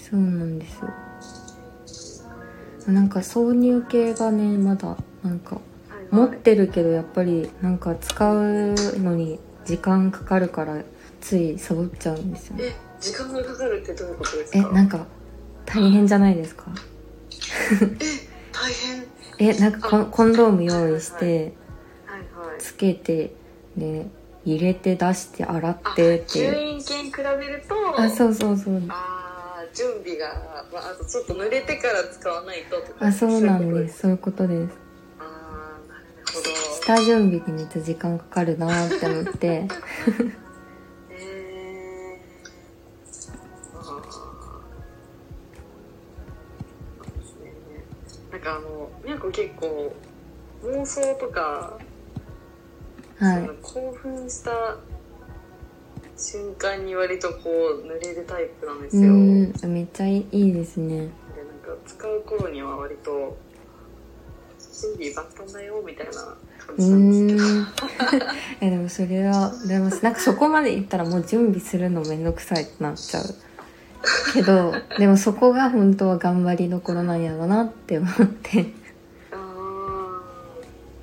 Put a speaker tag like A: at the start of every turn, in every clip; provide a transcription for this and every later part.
A: そうなんですよなんか挿入系がねまだなんか持ってるけどやっぱりなんか使うのに時間かかるからついサボっちゃうんですよね
B: え時間がかかるってどういうことですか
A: えなんか大変じゃないですか
B: 大変
A: えなんかコンコンドーム用意して
B: はいはい
A: つけてで入れて出して洗っ
B: あ
A: てっていう
B: 吸引犬比べると
A: あそうそうそう
B: あー準備が、まあ、あとちょっと濡れてから使わないととか
A: あそうなん
B: いこと
A: ですそういうことです
B: あーなるほど
A: 下準備にめっちゃ時間かかるなーって思って
B: えー、あーそうですねなんかあのみやこ結構妄想とか、
A: は
B: その
A: い
B: 興奮した瞬間に割とこう濡れるタイプなんです
A: うー
B: よ
A: んめっちゃいいいいですね
B: でなんか使う頃には割と準備万端だよみたいな感
A: う
B: じなんですけ
A: ー
B: ど、
A: ん えでもそれはでもなんかそこまで行ったらもう準備するのめんどくさいってなっちゃうけどでもそこが本当は頑張りどころなんやろなって思って
B: あ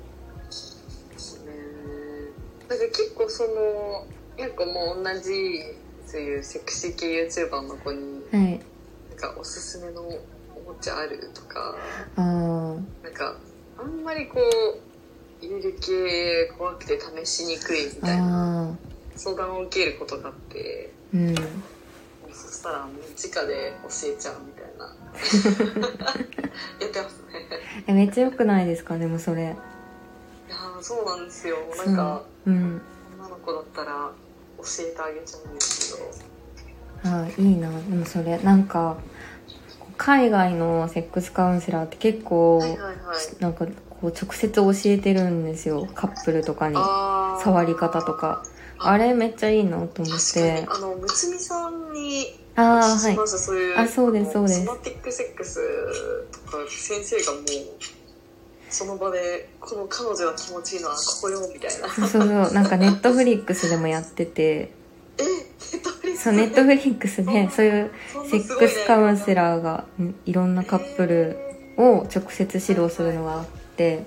B: あねなんか結構その結構もう同じそういうセクシー系 YouTuber の子に
A: はい
B: なんかおすすめのおもちゃあるとか
A: あー
B: なんかあんまりこう入れる系怖くて試しにくいみたいな
A: あ
B: 相談を受けることがあって
A: ーうん
B: そしたらもう直で教えちゃうみたいな やってますね
A: えめっちゃ良くないですかでもそれ
B: いやーそうなんですよなんか
A: うん
B: 女の子だったら教えてあげちゃうんですけど
A: あーいいなでもそれなんか海外のセックスカウンセラーって結構、
B: はいはいはい
A: なんかこう直接教えてるんですよカップルとかに
B: あー
A: 触り方とかあれめっちゃいいなと思っ
B: 確か
A: て
B: にあのむつみさんに
A: あ
B: あ
A: あー
B: し
A: は
B: ましたそういう
A: あそうです
B: の
A: そうです
B: ソマティックセックスとか先生がもうその場でこの彼女が気持ちいいのはここよみたいない
A: そうそうなんかネットフリックスでもやってて
B: えネットフリ
A: そうネットフリックスでそういうセックスカウンセ
B: ラ
A: ラーがんいろんなカップルを直接指導するのがあって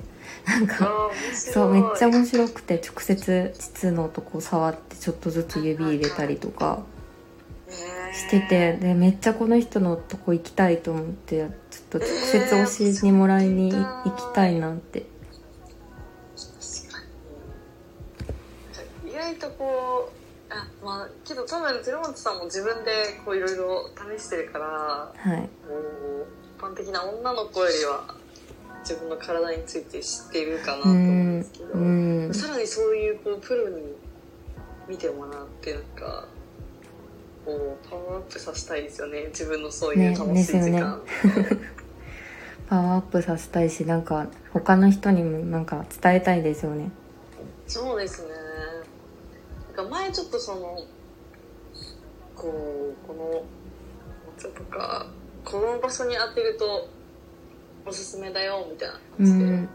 A: なんか
B: あー面白い
A: そうめっちゃ面白くて直接膣のとこ触ってちょっとずつ指入れたりとかしててでめっちゃこの人のとこ行きたいと思ってちょっと直接教えにもらいに行きたいなって
B: 意外とこうあまあけど多分寺本さんも自分でこういろいろ試してるから
A: はい
B: こう一般的な女の子よりは自分の体について知ってるかなと
A: う
B: 思うん
A: ん
B: ですけど、
A: うん
B: さらにそういうこうプロに見てもらってなんかこうパワーアップさせたいですよね自分のそういう楽しい時間、
A: ねパワーアップさせたいしなんか他の人にもなんか伝えたいですよね
B: そうですね。なんか前ちょっとその、こう、この、おもちゃとか、この場所に当てると、おすすめだよ、みたいな
A: う
B: 感じで、
A: ん
B: 教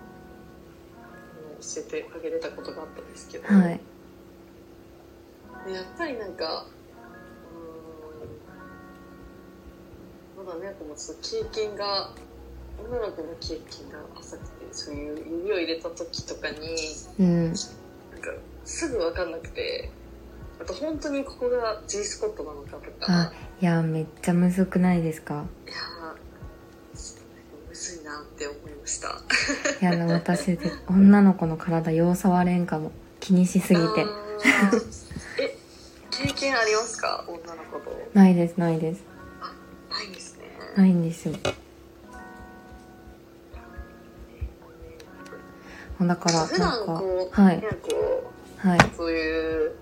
B: えてあげれたことがあったんですけど、
A: はい
B: でやっぱりなんか、うーんまだね、このちょっと経験が、女の子の経験が浅くて、そういう指を入れた時とかに、
A: うん
B: なんかすぐ分かんなくてあと本当にここが G スポットなのかと
A: あ
B: か
A: いやめっちゃむずくないですか
B: いやーむずいなって思いました
A: いやでも私女の子の体よう触れんかも気にしすぎて
B: あーえ経験ありますか女の子と
A: ないですないです
B: ないんですね、
A: ないんですよだから
B: 普
A: なん
B: 段
A: か
B: こう、
A: はい
B: なんかこ
A: はいう
B: そういう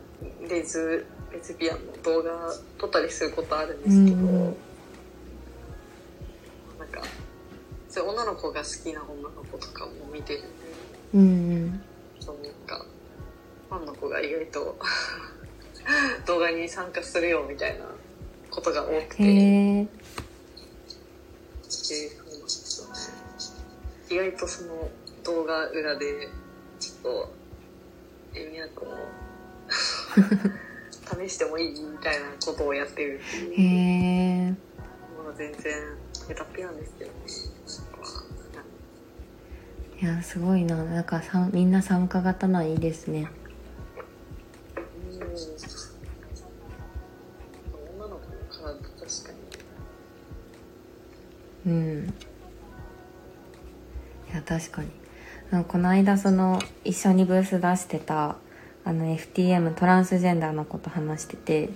B: レズレズビアンの動画撮ったりすることあるんで
A: う
B: すけど、
A: ん
B: なんかそういう女の子が好きな女の子とかも見てるんで
A: うんうん
B: そうなんかファンの子が意外と 動画に参加するよみたいなことが多くて、
A: へえ
B: でそうなんですよね意外とそ の動画裏でちょっとえみやこも試してもいいみたいなことをやってるっていう
A: へえ
B: まだ全然下手っぴなんですけどね
A: いやすごいななんかさみんな参加型なんいいですね
B: うん女の子の体確かに
A: うんいや確かにあのこの間その一緒にブース出してたあの FTM トランスジェンダーのこと話してて
B: はいは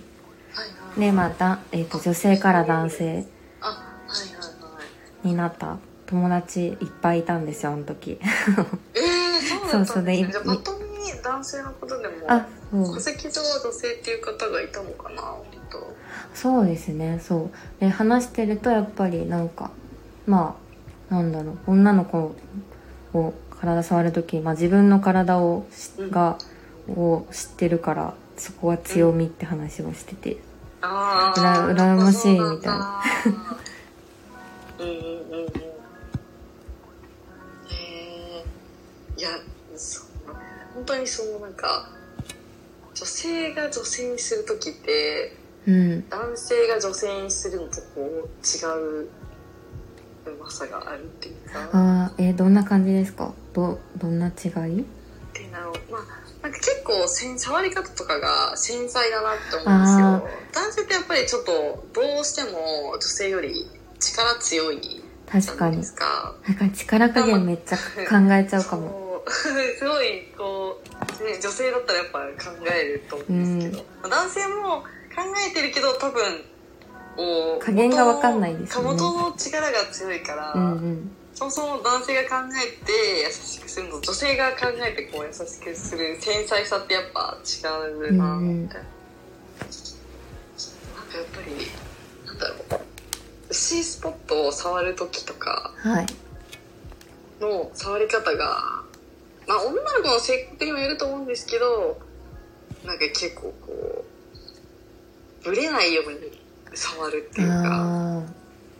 B: い
A: でまた、えー、と女性から男性
B: あはいはいはい
A: になった友達いっぱいいたんですよあの時
B: えー、そうだったんですねじ
A: そ
B: ゃ
A: うそ
B: あ
A: うで
B: パッと見男性のことでも
A: あそう
B: 戸籍上は女性っていう方がいたのかな割と
A: そうですねそうで話してるとやっぱりなんかまあなんだろう女の子を体触る時、まあ、自分の体をし
B: うん
A: がを知ってるからそこは強みって話をしてて、
B: あ
A: うら
B: あ
A: 羨ましいみたい
B: な うんうんうんうんへえいやそう本当にそのなんか女性が女性にする時って
A: うん、
B: 男性が女性にするのとこう違ううまさがあるっていうか
A: あーえーどんな感じですかどどんな違い
B: ってなのまあなんか結構せん触り方とかが繊細だなって思うんですよ男性ってやっぱりちょっとどうしても女性より力強いじゃ
A: 確
B: な
A: か
B: い
A: に
B: ですか
A: なんか力加減めっちゃ考えちゃうかも
B: そう すごいこう、ね、女性だったらやっぱ考えると思うんですけど、まあ男性も考えてるけど多分こう
A: 加減がわかんないですよね
B: 元の力が強いから、
A: うんうん
B: そもそも男性が考えて優しくするのと女性が考えてこう優しくする繊細さってやっぱ違うな
A: うんうん
B: みたいな,、なんかやっぱりなんだろう C スポットを触る時とか
A: はい
B: の触り方がまあ女の子の性格にもよると思うんですけどなんか結構こうぶれないように触るっていうか。
A: あー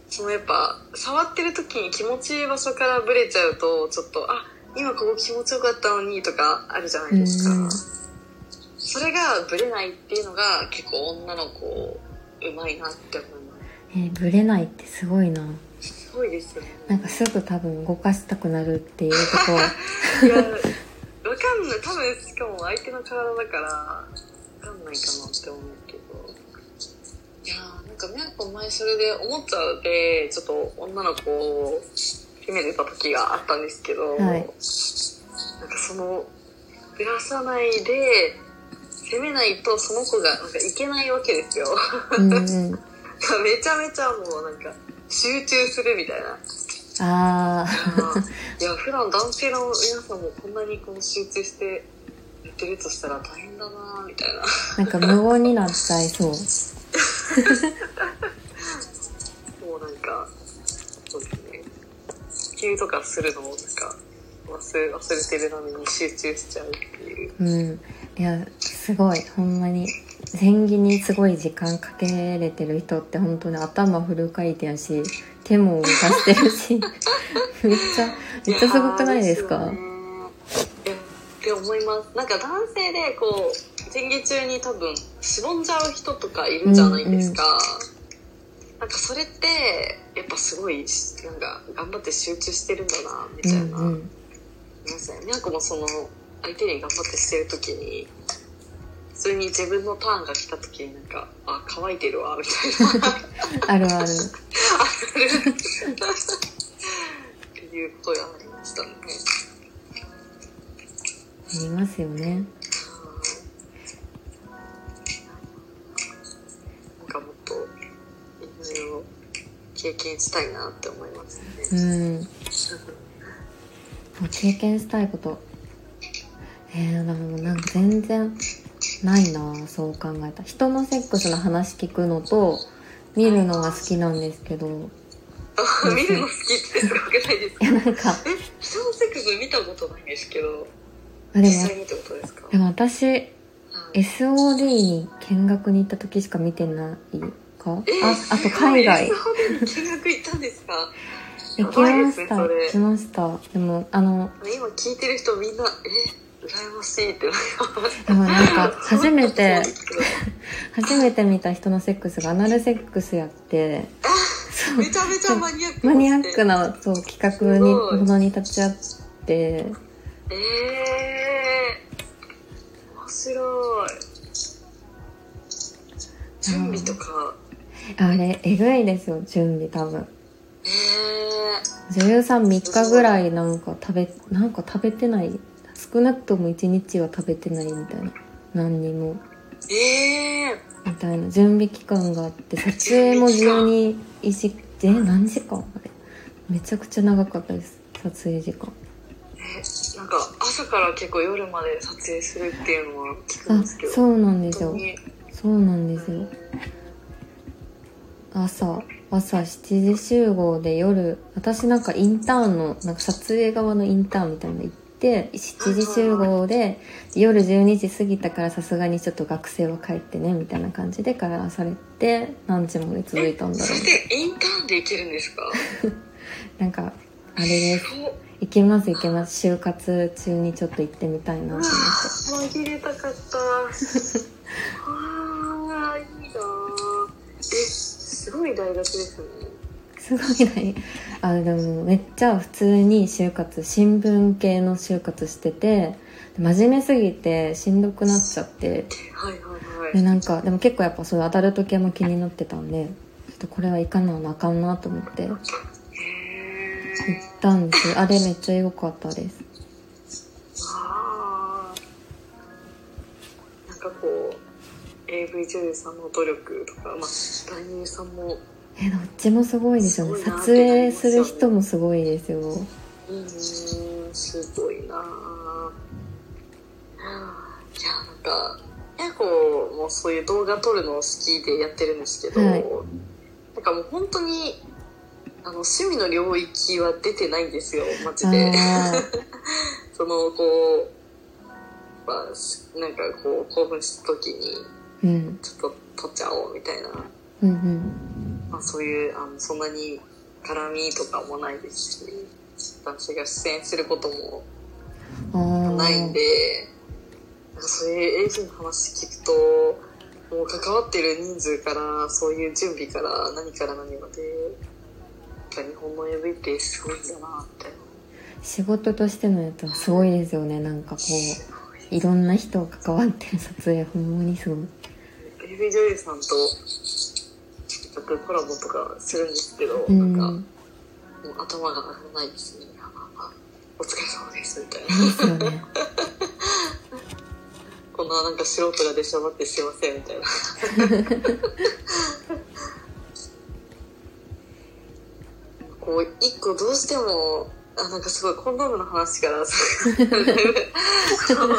B: そのやっぱ触ってる時に気持ちいい場所からブレちゃうとちょっとあ今ここ気持ちよかったのにとかあるじゃないですか、
A: うん
B: それがブレないっていうのが結構女の子うまいなって思いま
A: えーぶれないってすごいな
B: すすごいですよね
A: なんかすぐ多分動かしたくなるっていうとこ
B: いやわかんない多分しかも相手の体だからわかんないかなって思うけどいやーなんかみやこ前それで思っちゃうでちょっと女の子を決めてた時があったんですけど、
A: はい
B: なんかそのぶらさないで攻めないとその子がなんかいけないわけですよ
A: ろ うんうん
B: めちゃめちゃもうなんか集中するみたいな
A: ああ
B: いや普段男性の皆さんもこんなにこう集中してやってるとしたら大変だなみたいな
A: なんか無言になっちゃいそう
B: もうなんかそうですね呼吸とかするのもなんか忘れ忘れてるのに集中しちゃうっていう
A: うんいやすごいほんまに演技にすごい時間かけれてる人って本当に頭フル回転やし手も動かしてるし めっちゃめっちゃすごくないです
B: いや
A: か
B: ーですよねいやって思いますなんか男性でこう前戯中に多分しぼんじゃう人とかいるじゃないですか、なんかそれってやっぱすごいなんか頑張って集中してるんだなみ
A: う
B: たい
A: ん
B: な、
A: うん
B: 皆さんねなんかもうその相手に頑張ってしてる時に普通に自分のターンが来た時になんかあ乾いてるわみたいな
A: あるある
B: っていうことがありましたね
A: ありますよね
B: なんかもっといろいろ経験したいなって思います
A: う
B: ね。
A: んもう経験したいことえー、でもなんか全然ないなあそう考えた人のセックスの話聞くのと見るのが好きなんですけどうん
B: 見るの好きってすごくないです
A: い
B: か
A: やなんか
B: え人のセックス見たことないんですけど
A: あで
B: 実
A: も
B: 際にってことですか
A: でも私
B: はい
A: SOD に見学に行った時しか見てないか
B: え
A: ああと海外
B: すごいえそう見学行ったんですか
A: 行
B: や
A: き
B: ばい
A: ま
B: です
A: し
B: ね
A: た
B: それ
A: 行きましたでもあの
B: 今聞いてる人みんなえ羨ましいって
A: でもなんか初めて
B: そうですけど
A: 初めて見た人のセックスがアナルセックスやってそう
B: めちゃめちゃマニアック
A: マニアック
B: な
A: なそう企画に
B: すごい
A: ものに立ち会って
B: ええー、面白い準備とか
A: あれえぐいですよ準備多分
B: ええ
A: 女優さん3日ぐらいなんか食べなんか食べてない少なくとも1日は食べてないみたいな何にも
B: ー、ええ
A: みたいな準備期間があって撮影も12時え何時間あれめちゃくちゃ長かったです撮影時間
B: ー、なんか朝から結構夜まで撮影するっていうのは聞くん
A: あ
B: ですけど
A: そうなんです
B: 本当
A: よ
B: に
A: そうなんですよ朝朝7時集合で夜私なんかインターンのなんか撮影側のインターンみたいなの行って7時集合で夜12時過ぎたからさすがにちょっと学生は帰ってねみたいな感じで帰らされて何時まで続いたんだ
B: そ
A: ろう
B: れでインターンで行けるんですか
A: なんかあれです
B: すごっ
A: 行きます行きます就活中にちょっと行ってみたいなと思って
B: 紛れたかった。ああ、いいなー。え、すごい大学ですね。
A: すごいないあでもめっちゃ普通に就活新聞系の就活してて真面目すぎてしんどくなっちゃって
B: はいはいは
A: で
B: い。
A: なんかでも結構やっぱそういうアダルト系も気になってたんでちょっとこれはいかなあかんなと思って行っ
B: へ
A: たんですよあれめっちゃ良かったです
B: ー。わあ。なんかこう、AV 女優さんの努力とか、まあ、男優さんも、
A: えどっちもすごいですよね
B: すごいな
A: 撮影する人もすごいですよ
B: うーん、すごいなー。はあいや、なんか、結構もうそういう動画撮るの好きでやってるんですけど、
A: はい
B: なんかもう本当に、あの、趣味の領域は出てないんですよ、マジ
A: あ
B: で。
A: ー
B: その、こう、まあす、なんかこう、興奮した時に、
A: うん
B: ちょっと撮っちゃおうみたいな、
A: うんうん
B: まあそういう、あの、そんなに絡みとかもないですし、私が出演することも
A: あー
B: ないんで、なんかそういうエイジの話聞くと、もう関わってる人数から、そういう準備から、何から何まで、やっぱ日本の AV ってすごいんだな、みたいな。
A: 仕事としてのやつはすごいですよねなんかこういろんな人が関わってる撮影ほんまにすごい
B: AV 女優さんと、ちょっとコラボとかするんですけど、
A: うん
B: なんか、もう頭が上がらないですね。あああお疲れ様です、みたいな。
A: ですよ ね
B: こんななんか素人が出しゃばってすいません、み たいな。こう、一個どうしても、あ、なんかすごいコンドームの 話から、すごいあの、あの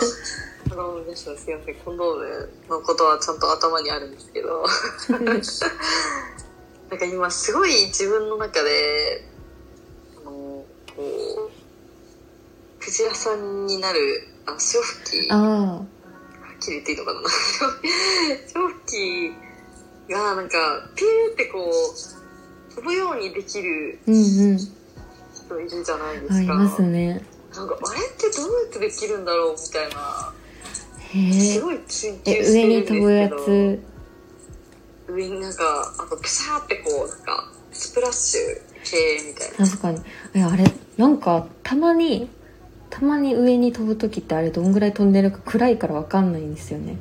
B: すいません、コンドームのことはちゃんと頭にあるんですけど、なんか今すごい自分の中で、あの、こう、クジラさんになる、あの、潮吹き。
A: あ
B: 切れていいのかな 蒸気がなんかピューってこう飛ぶようにできる
A: あうんうん
B: 人いるじゃないで
A: あ
B: す
A: り
B: か
A: ますね
B: なんかあれってどうやってできるんだろうみたいな
A: へ
B: す
A: え
B: ごい追求
A: え
B: して
A: 上
B: るん
A: に
B: ですけ
A: 飛
B: ど
A: ぶやつ
B: 上になんかあとピシャーってこうなんかスプラッシュ系みたいな
A: 確かにえあれなんかたまにたまに上に飛ぶ時ってあれどんぐらい飛んでるか暗いからわかんないんですよね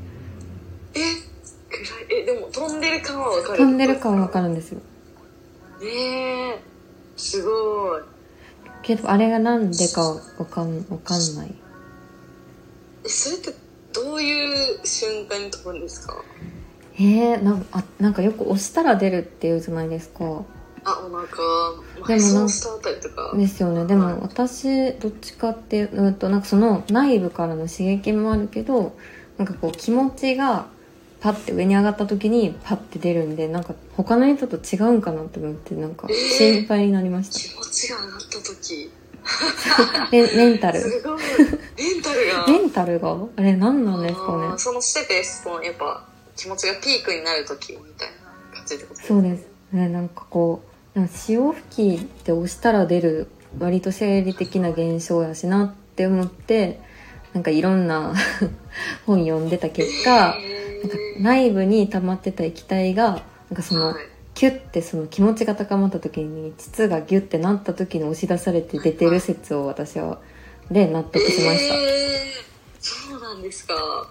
B: え暗いえでも飛んでる感は分かる
A: 飛んでるかはわか
B: る
A: るんですよ
B: ねえすごい
A: けどあれがなんでかわかんわかんない
B: えそれってどういう瞬間に飛ぶんですか
A: えー、なんかあなんかよく押したら出るっていうじゃないですか
B: あ、お腹、まあ、
A: でもなん
B: へその下あたりとか。
A: ですよねで
B: はい
A: も私どっちかっていうとなんかその内部からの刺激もあるけどなんかこう気持ちがパッて上に上がった時にパッて出るんでなんか他の人と違うんかなって思ってなんか
B: えー
A: 心配になりまし
B: 気持ちが上がった時。
A: た、レメンタル
B: すごい。メンタルが。
A: メンタルがあれ何なんですか
B: あー
A: ね
B: そのしてて、そのやっぱ気持ちがピークになる時みたいな感じってこと
A: そうです。ねなんかこうなんか潮吹きって押したら出る割と生理的な現象やしなって思ってなんかいろんな 本読んでた結果なんか内部に溜まってた液体がなんかその
B: はい
A: キュッてその気持ちが高まった時に膣がギュッてなった時に押し出されて出てる説を私はで納得しました、
B: えーそうなんですか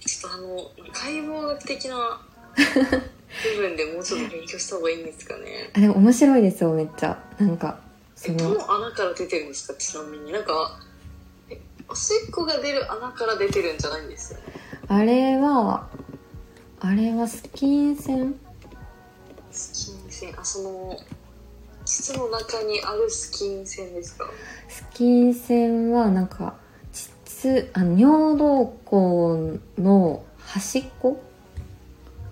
B: ちょっとあの解剖学 的な部分でもうちょっと勉強した方がいいんですかね
A: あでも面白いですよめっちゃなんかそ
B: えど
A: の
B: の穴から出てるんですかちなみになんかえおしっこが出る穴から出てるんじゃないんですよね
A: あれはあれはスキン線
B: スキン線あその膣の中にあるスキン線ですか
A: スキン線はなんか膣あの尿道口の端っこ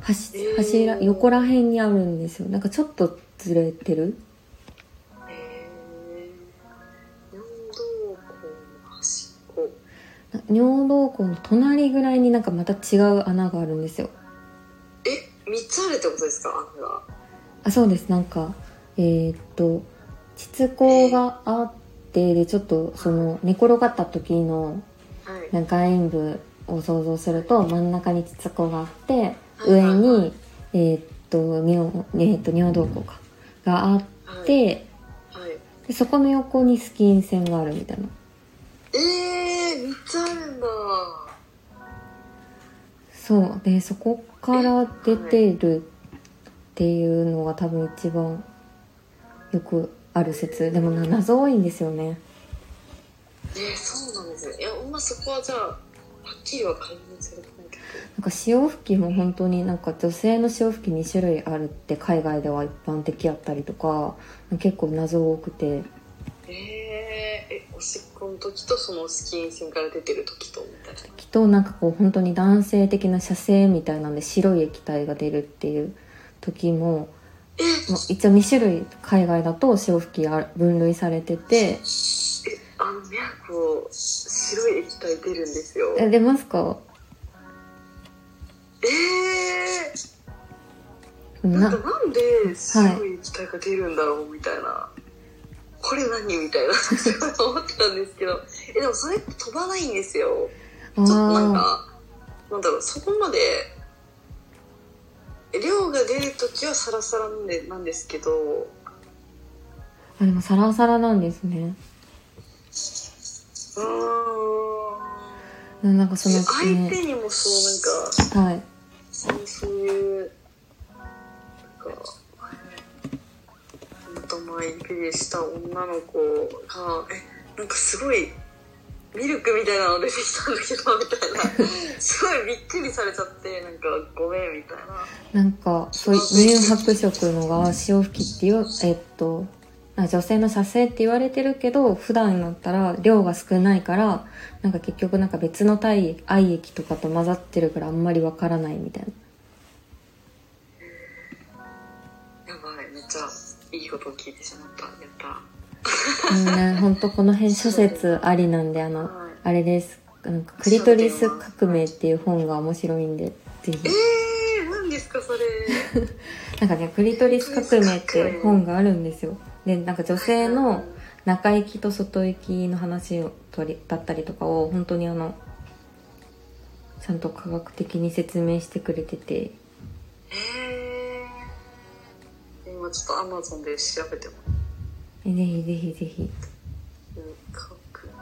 A: 端
B: えー
A: 柱横ら辺にあるんですよなんかちょっとずれてる
B: えー、尿道口の端っこ
A: な尿道口の隣ぐらいになんかまた違う穴があるんですよ
B: え三つあるってことですか穴が
A: あそうですなんかえーっと膣口があってでちょっとその寝転がった時の
B: はい
A: なんか演舞を想像すると真ん中に膣子があって
B: はいはい
A: 上
B: はい
A: にえーっと尿,、えーっと尿道口かがあっ
B: はい
A: て
B: はい
A: でそこの横にスキン線があるみたいな
B: えー、3つあるんだ
A: そうでそこから出てるっていうのが多分一番よくある説でもな謎多いんですよね
B: えー、そうなんですねいやほんまそこはじゃあはっきりは解明されてないけど
A: なんか潮吹きも本当になんか女性の潮吹き2種類あるって海外では一般的やったりとか結構謎多くて
B: えー、えおしっこの時とそのスキン線から出てる時とみたいな
A: きっとなんかこう本当に男性的な射精みたいなんで白い液体が出るっていう時も
B: え
A: もう一応2種類海外だと潮吹きあ分類されてて
B: えあの脈を白い液体出るんですよ
A: え出ますか
B: えー、な
A: なん
B: かなんで白い液体が出るんだろうみたいな、これ何みたいな 思ってたんですけどえでもそれって飛ばないんですよ
A: あ
B: ちょっとなん
A: ー
B: か、なんだろう、そこまで、量が出るときはサラサラなんでなんですけど、
A: あでもサラサラなんですね
B: うーん。
A: なんかその
B: 相
A: ね
B: 手にもそう、なんか、
A: はい
B: そうそういう、なんか、本当前びりした女の子が、え、なんかすごい、ミルクみたいなの出てきたんだけど、みたいな。すごいびっくりされちゃって、なんか、ごめん、みたいな。
A: なんかそういう乳白色のが潮吹きっていうえっとあ女性の射精って言われてるけど普段になったら量が少ないからなんか結局なんか別の体愛液とかと混ざってるからあんまりわからないみたいな
B: やばい、めっちゃいいことを聞いてしまった。やった。
A: みん な本当この辺諸説ありなんであの
B: はい、
A: あれですなんかクリトリス革命っていう本が面白いんでぜひ
B: えー、何ですかそれ。
A: なんかねクリトリス革命って本があるんですよでなんか女性の中行きと外行きの話を取りだったりとかを本当にあのちゃんと科学的に説明してくれてて
B: えー、今ちょっとアマゾンで調べても
A: えぜひぜひぜひ
B: らう。革命。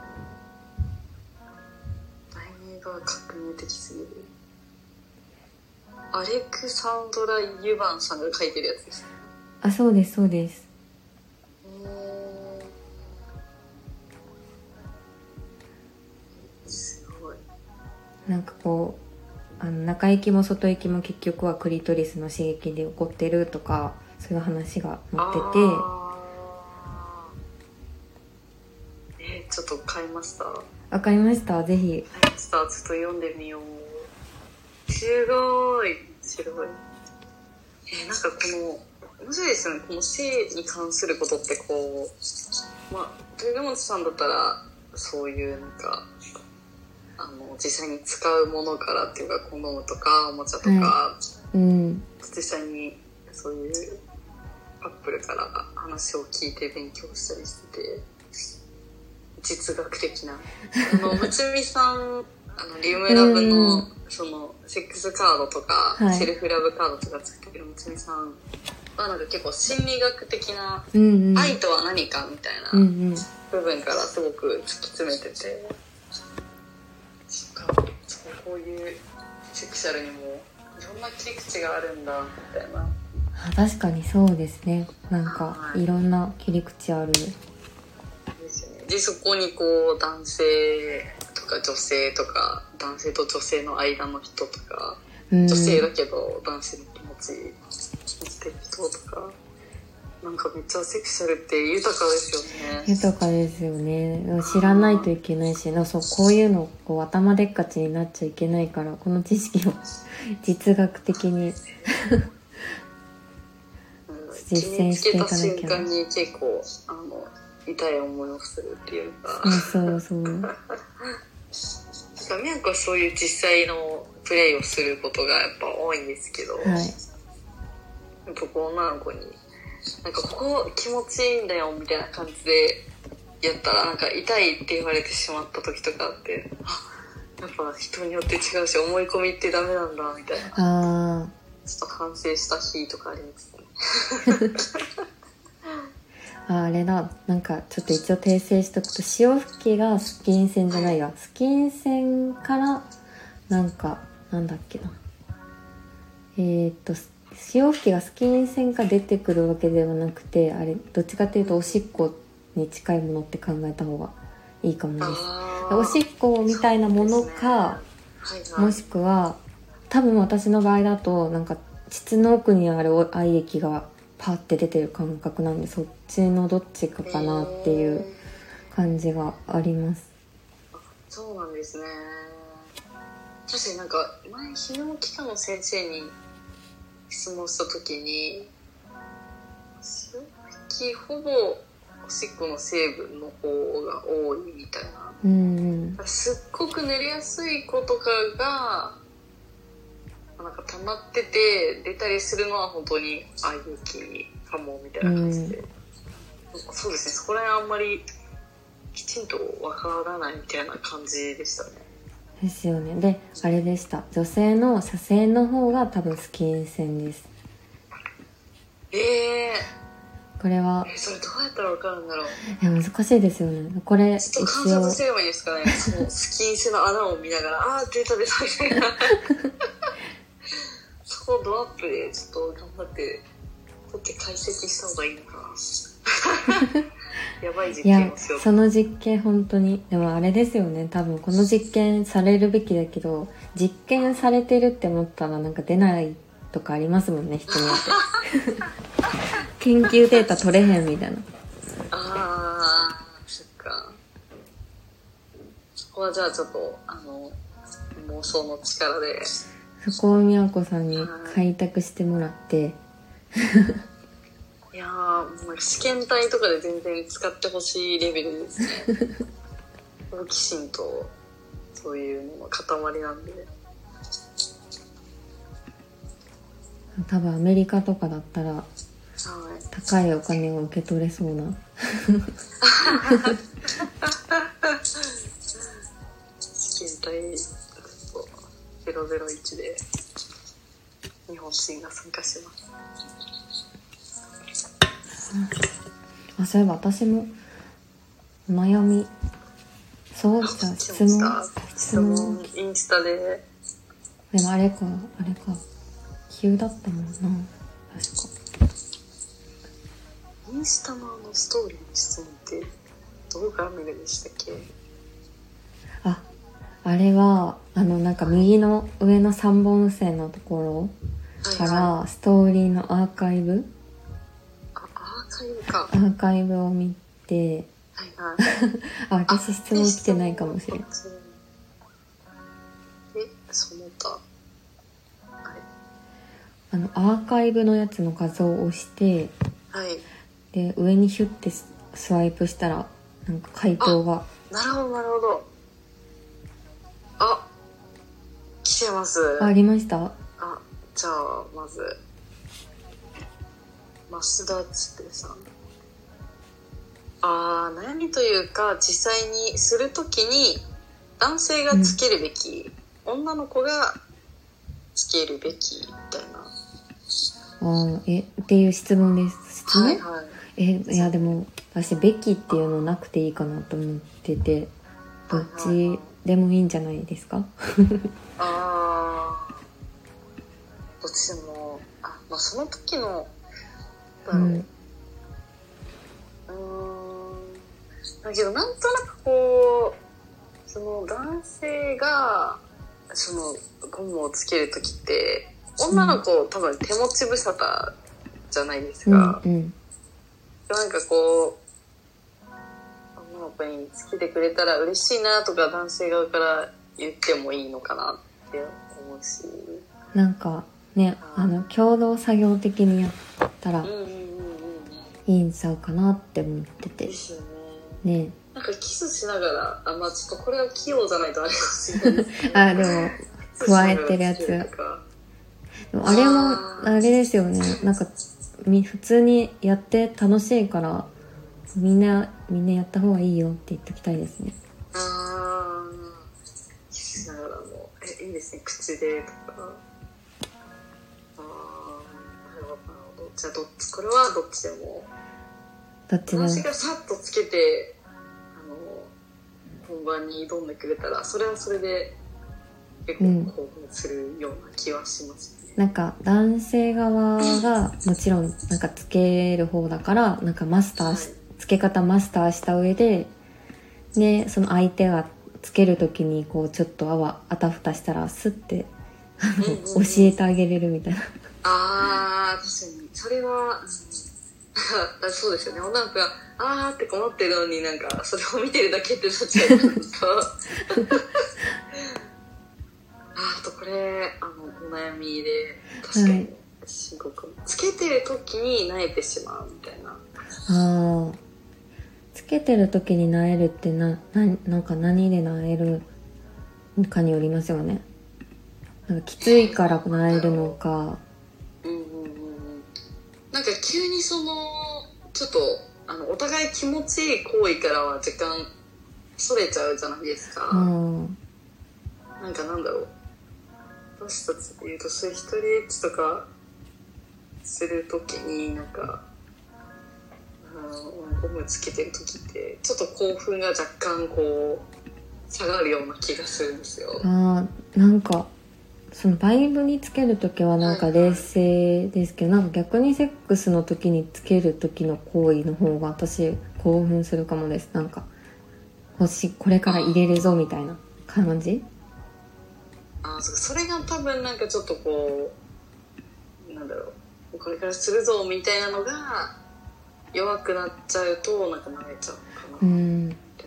B: 題名が革命的すぎる。アレクサンドラ・ユバンさんが書いてるやつです。
A: あそうですそうです
B: えーすごい。
A: なんかこうあの中行きも外行きも結局はクリトリスの刺激で起こってるとかそういう話が載っててあ
B: あーえーちょっと買いました買
A: わかりましたぜひ
B: いましたちょっと読んでみようすごいすごいえーなんかこの面白いですよねこの性に関することってこうまあ豊本さんだったらそういうなんかあの実際に使うものからっていうかコンドームとかおもちゃとか、
A: はうん
B: 実際にそういうカップルから話を聞いて勉強したりしてて実学的 な。あの、むつみさん、あの、リムラブ
A: う
B: の
A: ん、
B: その、セックスカードとか、
A: はい
B: セルフラブカードとか作ってるむつみさんは、なんか結構心理学的な、
A: うんうん
B: 愛とは何かみたい
A: うんう
B: なん部分からすごく突き詰めてて、そっか、そうこういうセクシャルにも、いろんな切り口があるんだ、みたいな。
A: あ確かにそうですねなんかいろんな切り口ある
B: ですよねでそこにこう男性とか女性とか男性と女性の間の人とか
A: うん
B: 女性だけど男性の気持ち持ってる人とかなんかめっちゃセクシャルって豊かですよね
A: 豊かですよね知らないといけないしなんかそうこういうのこう頭でっかちになっちゃいけないからこの知識を 実学的に
B: うん
A: 実践していかなきゃ
B: 気につけた瞬間に結構あの痛い思いをするっていうか
A: そうそうそう
B: なんかみやこはそういう実際のプレイをすることがやっぱ多いんですけど、
A: はい
B: やっぱこう女の子になんかここ気持ちいいんだよみたいな感じでやったらなんか痛いって言われてしまった時とかあってあやっぱ人によって違うし思い込みってダメなんだみたいなちょ
A: あ
B: っと反省した日とかありますね
A: ーああれだなんかちょっと一応訂正しとくと潮吹きがスキン線じゃないやスキン線からなんかなんだっけなえー、っと潮吹きがスキン線から出てくるわけではなくてあれどっちかっていうとおしっこに近いものって考えた方がいいかもです
B: あー
A: おしっこみたいなものか、
B: そうですねはいはい
A: もしくは多分私の場合だとなんか膣の奥にあるお愛液がパッて出てる感覚なんでそっちのどっちかかなってい
B: へ
A: う
B: ー
A: 感じがあります
B: そうなんですね確かになんか前泌尿器科の先生に質問した時に潮吹きほぼおしっこの成分の方が多いみたいな
A: うんうん
B: すっごく寝れやすい子とかがなんか溜まってて出たりするのは本当にあいう気かもみたいな感じで、そうですねそこら辺あんまりきちんとわからないみたいな感じでしたね
A: ですよねであれでした女性の左線の方が多分スキン線です
B: え
A: これは
B: ー、えそれどうやったらわかるんだろう
A: いや難しいですよねこれ
B: ちょ
A: 一
B: っと観
A: 応
B: 察すればいいですかねそのスキン性の穴を見ながらああー出た出たみたいなそこをドアップでちょっと頑張って撮って解析した方がいいのかなやばい実
A: い
B: 験
A: や
B: をしよう
A: その実験本当にでもあれですよね多分この実験されるべきだけど実験されてるって思ったらなんか出ないとかありますもんね人によって 研究データ取れへんみたいな
B: ああそっかそこはじゃあちょっとあの妄想の力で
A: そこをみやこさんに開拓してもらって
B: いやーもう試験体とかで全然使ってほしいレベルですね好奇心とそういうのの塊なんで
A: 多分アメリカとかだったら
B: はい
A: 高いお金を受け取れそうな
B: 試験体ちょっと001で日本人が参加します
A: あそういえば私もお悩みそうじゃあ質問質
B: 質
A: 問
B: 問インスタで
A: でもあれかあれか急だったもんな確か
B: インスタのあのストーリーの質問ってどこから見るんでしたっけ
A: ああれはあのなんか右の上の3本線のところか
B: はいはい
A: らストーリーのアーカイブ
B: あアーカイブか
A: アーカイブを見て
B: はいはい
A: あ私質問来てないかもしれない
B: え、その他。あ
A: あのアーカイブのやつの画像を押して
B: れはい。
A: で上にヒュッてススワイプしたらなんか回答が
B: なるほど、なるほど。あ、来てます。
A: あありました
B: あ、じゃあ、まず、増田つくさん。ああ悩みというか実際にするときに男性がつけるべき、女の子がつけるべきみたいな。
A: あえっていう質問です質問、
B: はいはい。
A: えいやでも私べきっていうのなくていいかなと思っててどっちでもいいんじゃないですか
B: ああ。どっちでも、あ、まあその時の、
A: う
B: な
A: ん
B: んだろう。うーん。だけどなんとなくこう、その男性が、そのゴムをつける時って、女の子、多分手持ち無沙汰じゃないです
A: う
B: か。
A: んうん
B: なんかこう、女の子につけてくれたら嬉しいなとか男性側から言ってもいいのかなって思うし。
A: なんかねあの共同作業的にやった
B: う
A: ら
B: んうんうんうん。
A: いいんちゃうかなって思ってて
B: ですよね。
A: ね
B: なんかキスしながら、あ、まあちょっとこれは器用じゃないとあれかもしれないですけど。
A: あでも
B: キスしながら
A: 加えてるやつ
B: つけるとか
A: でもあれもあれですよねなんかみ普通にやって楽しいからみんなみんなやった方がいいよって言っときたいですね
B: あーキスしながらも、え、いいですね、口でとか。あーなるほどなるほどじゃあどっちこれはどっちでも
A: どっちでも
B: 私がさっとつけてあの本番に挑んでくれたらそれはそれで結
A: うん
B: 構興奮するような気はしますね。
A: なんか男性側がもちろんなんかつける方だからなんかマスターしつけ方マスターした上でねその相手がつける時にこうちょっとあわあたふたしたらスッてあの
B: うんうん
A: 教えてあげれるみたいな
B: ああ確かにそれは、うん、 あそうですよね女の子が「あー」って困ってるのになんかそれを見てるだけってなっちゃ うなんかあーあとこれあのお悩みで確か
A: は
B: に
A: い
B: 深刻、つけてる時に慣れてしまうみたいな。
A: あーつけてる時になえるってなななんか何でなえるかによりますよねなんかきついからなえるのか
B: うんうんうんうんなんか急にそのちょっとあのお互い気持ちいい行為からは時間それちゃうじゃないですか、
A: うん
B: なんかなんだろう私たちで言うとそういう一人エッチとかするときになんかうんゴムつけてるときってちょっと興奮が若干こう下がるような気がするんですよ
A: あーなんかそのバイブにつける時はなんか冷静ですけどなんか逆にセックスの時につける時の行為の方が私興奮するかもですなんか星これから入れるぞみたいな感じ
B: あーそうそれが多分なんかちょっとこうなんだろうこれからするぞみたいなのが弱くなっちゃうとなんか慣れちゃうのか
A: う
B: なっ
A: ん
B: て、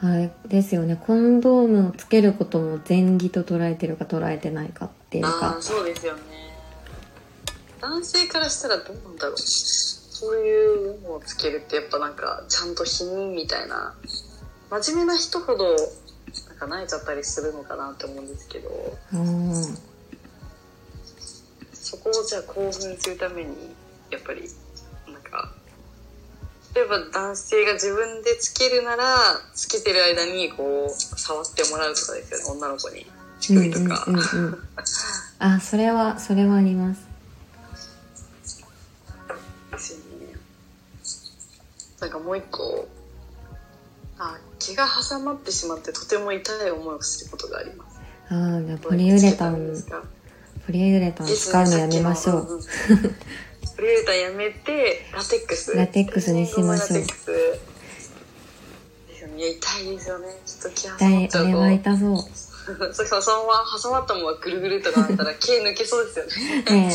A: あれですよねコンドームをつけることも前儀と捉えてるか捉えてないかっていう
B: ああ
A: か
B: そうですよね男性からしたらどうなんだろうそういうのをつけるってやっぱなんかちゃんと否認みたいな真面目な人ほどなんか慣れちゃったりするのかなって思うんですけど
A: うん
B: そこをじゃあ興奮するためにやっぱりなんか例えば男性が自分でつけるならつけてる間にこう触ってもらうとかですよね女の子
A: う
B: に
A: んう
B: 乳首とか、
A: んうんうんあそれはそれはあります
B: ですよねなんかもう一個あ毛が挟まってしまってとても痛い思いをすることがあります
A: ああじゃあポリウレタ
B: どうい
A: ン
B: うことですか
A: ポリウレタン使うのやめましょう。
B: プリウレタンやめて、ラテックス。
A: ラテックスにしましょう
B: ラテックスですよねいや痛いですよね。ちょっと気挟ま
A: 痛
B: っ
A: い、
B: ちゃ
A: あれは
B: う
A: 痛そう。
B: と。それ挟ま挟まったままぐるぐるっとなったら毛抜けそうですよね。
A: ね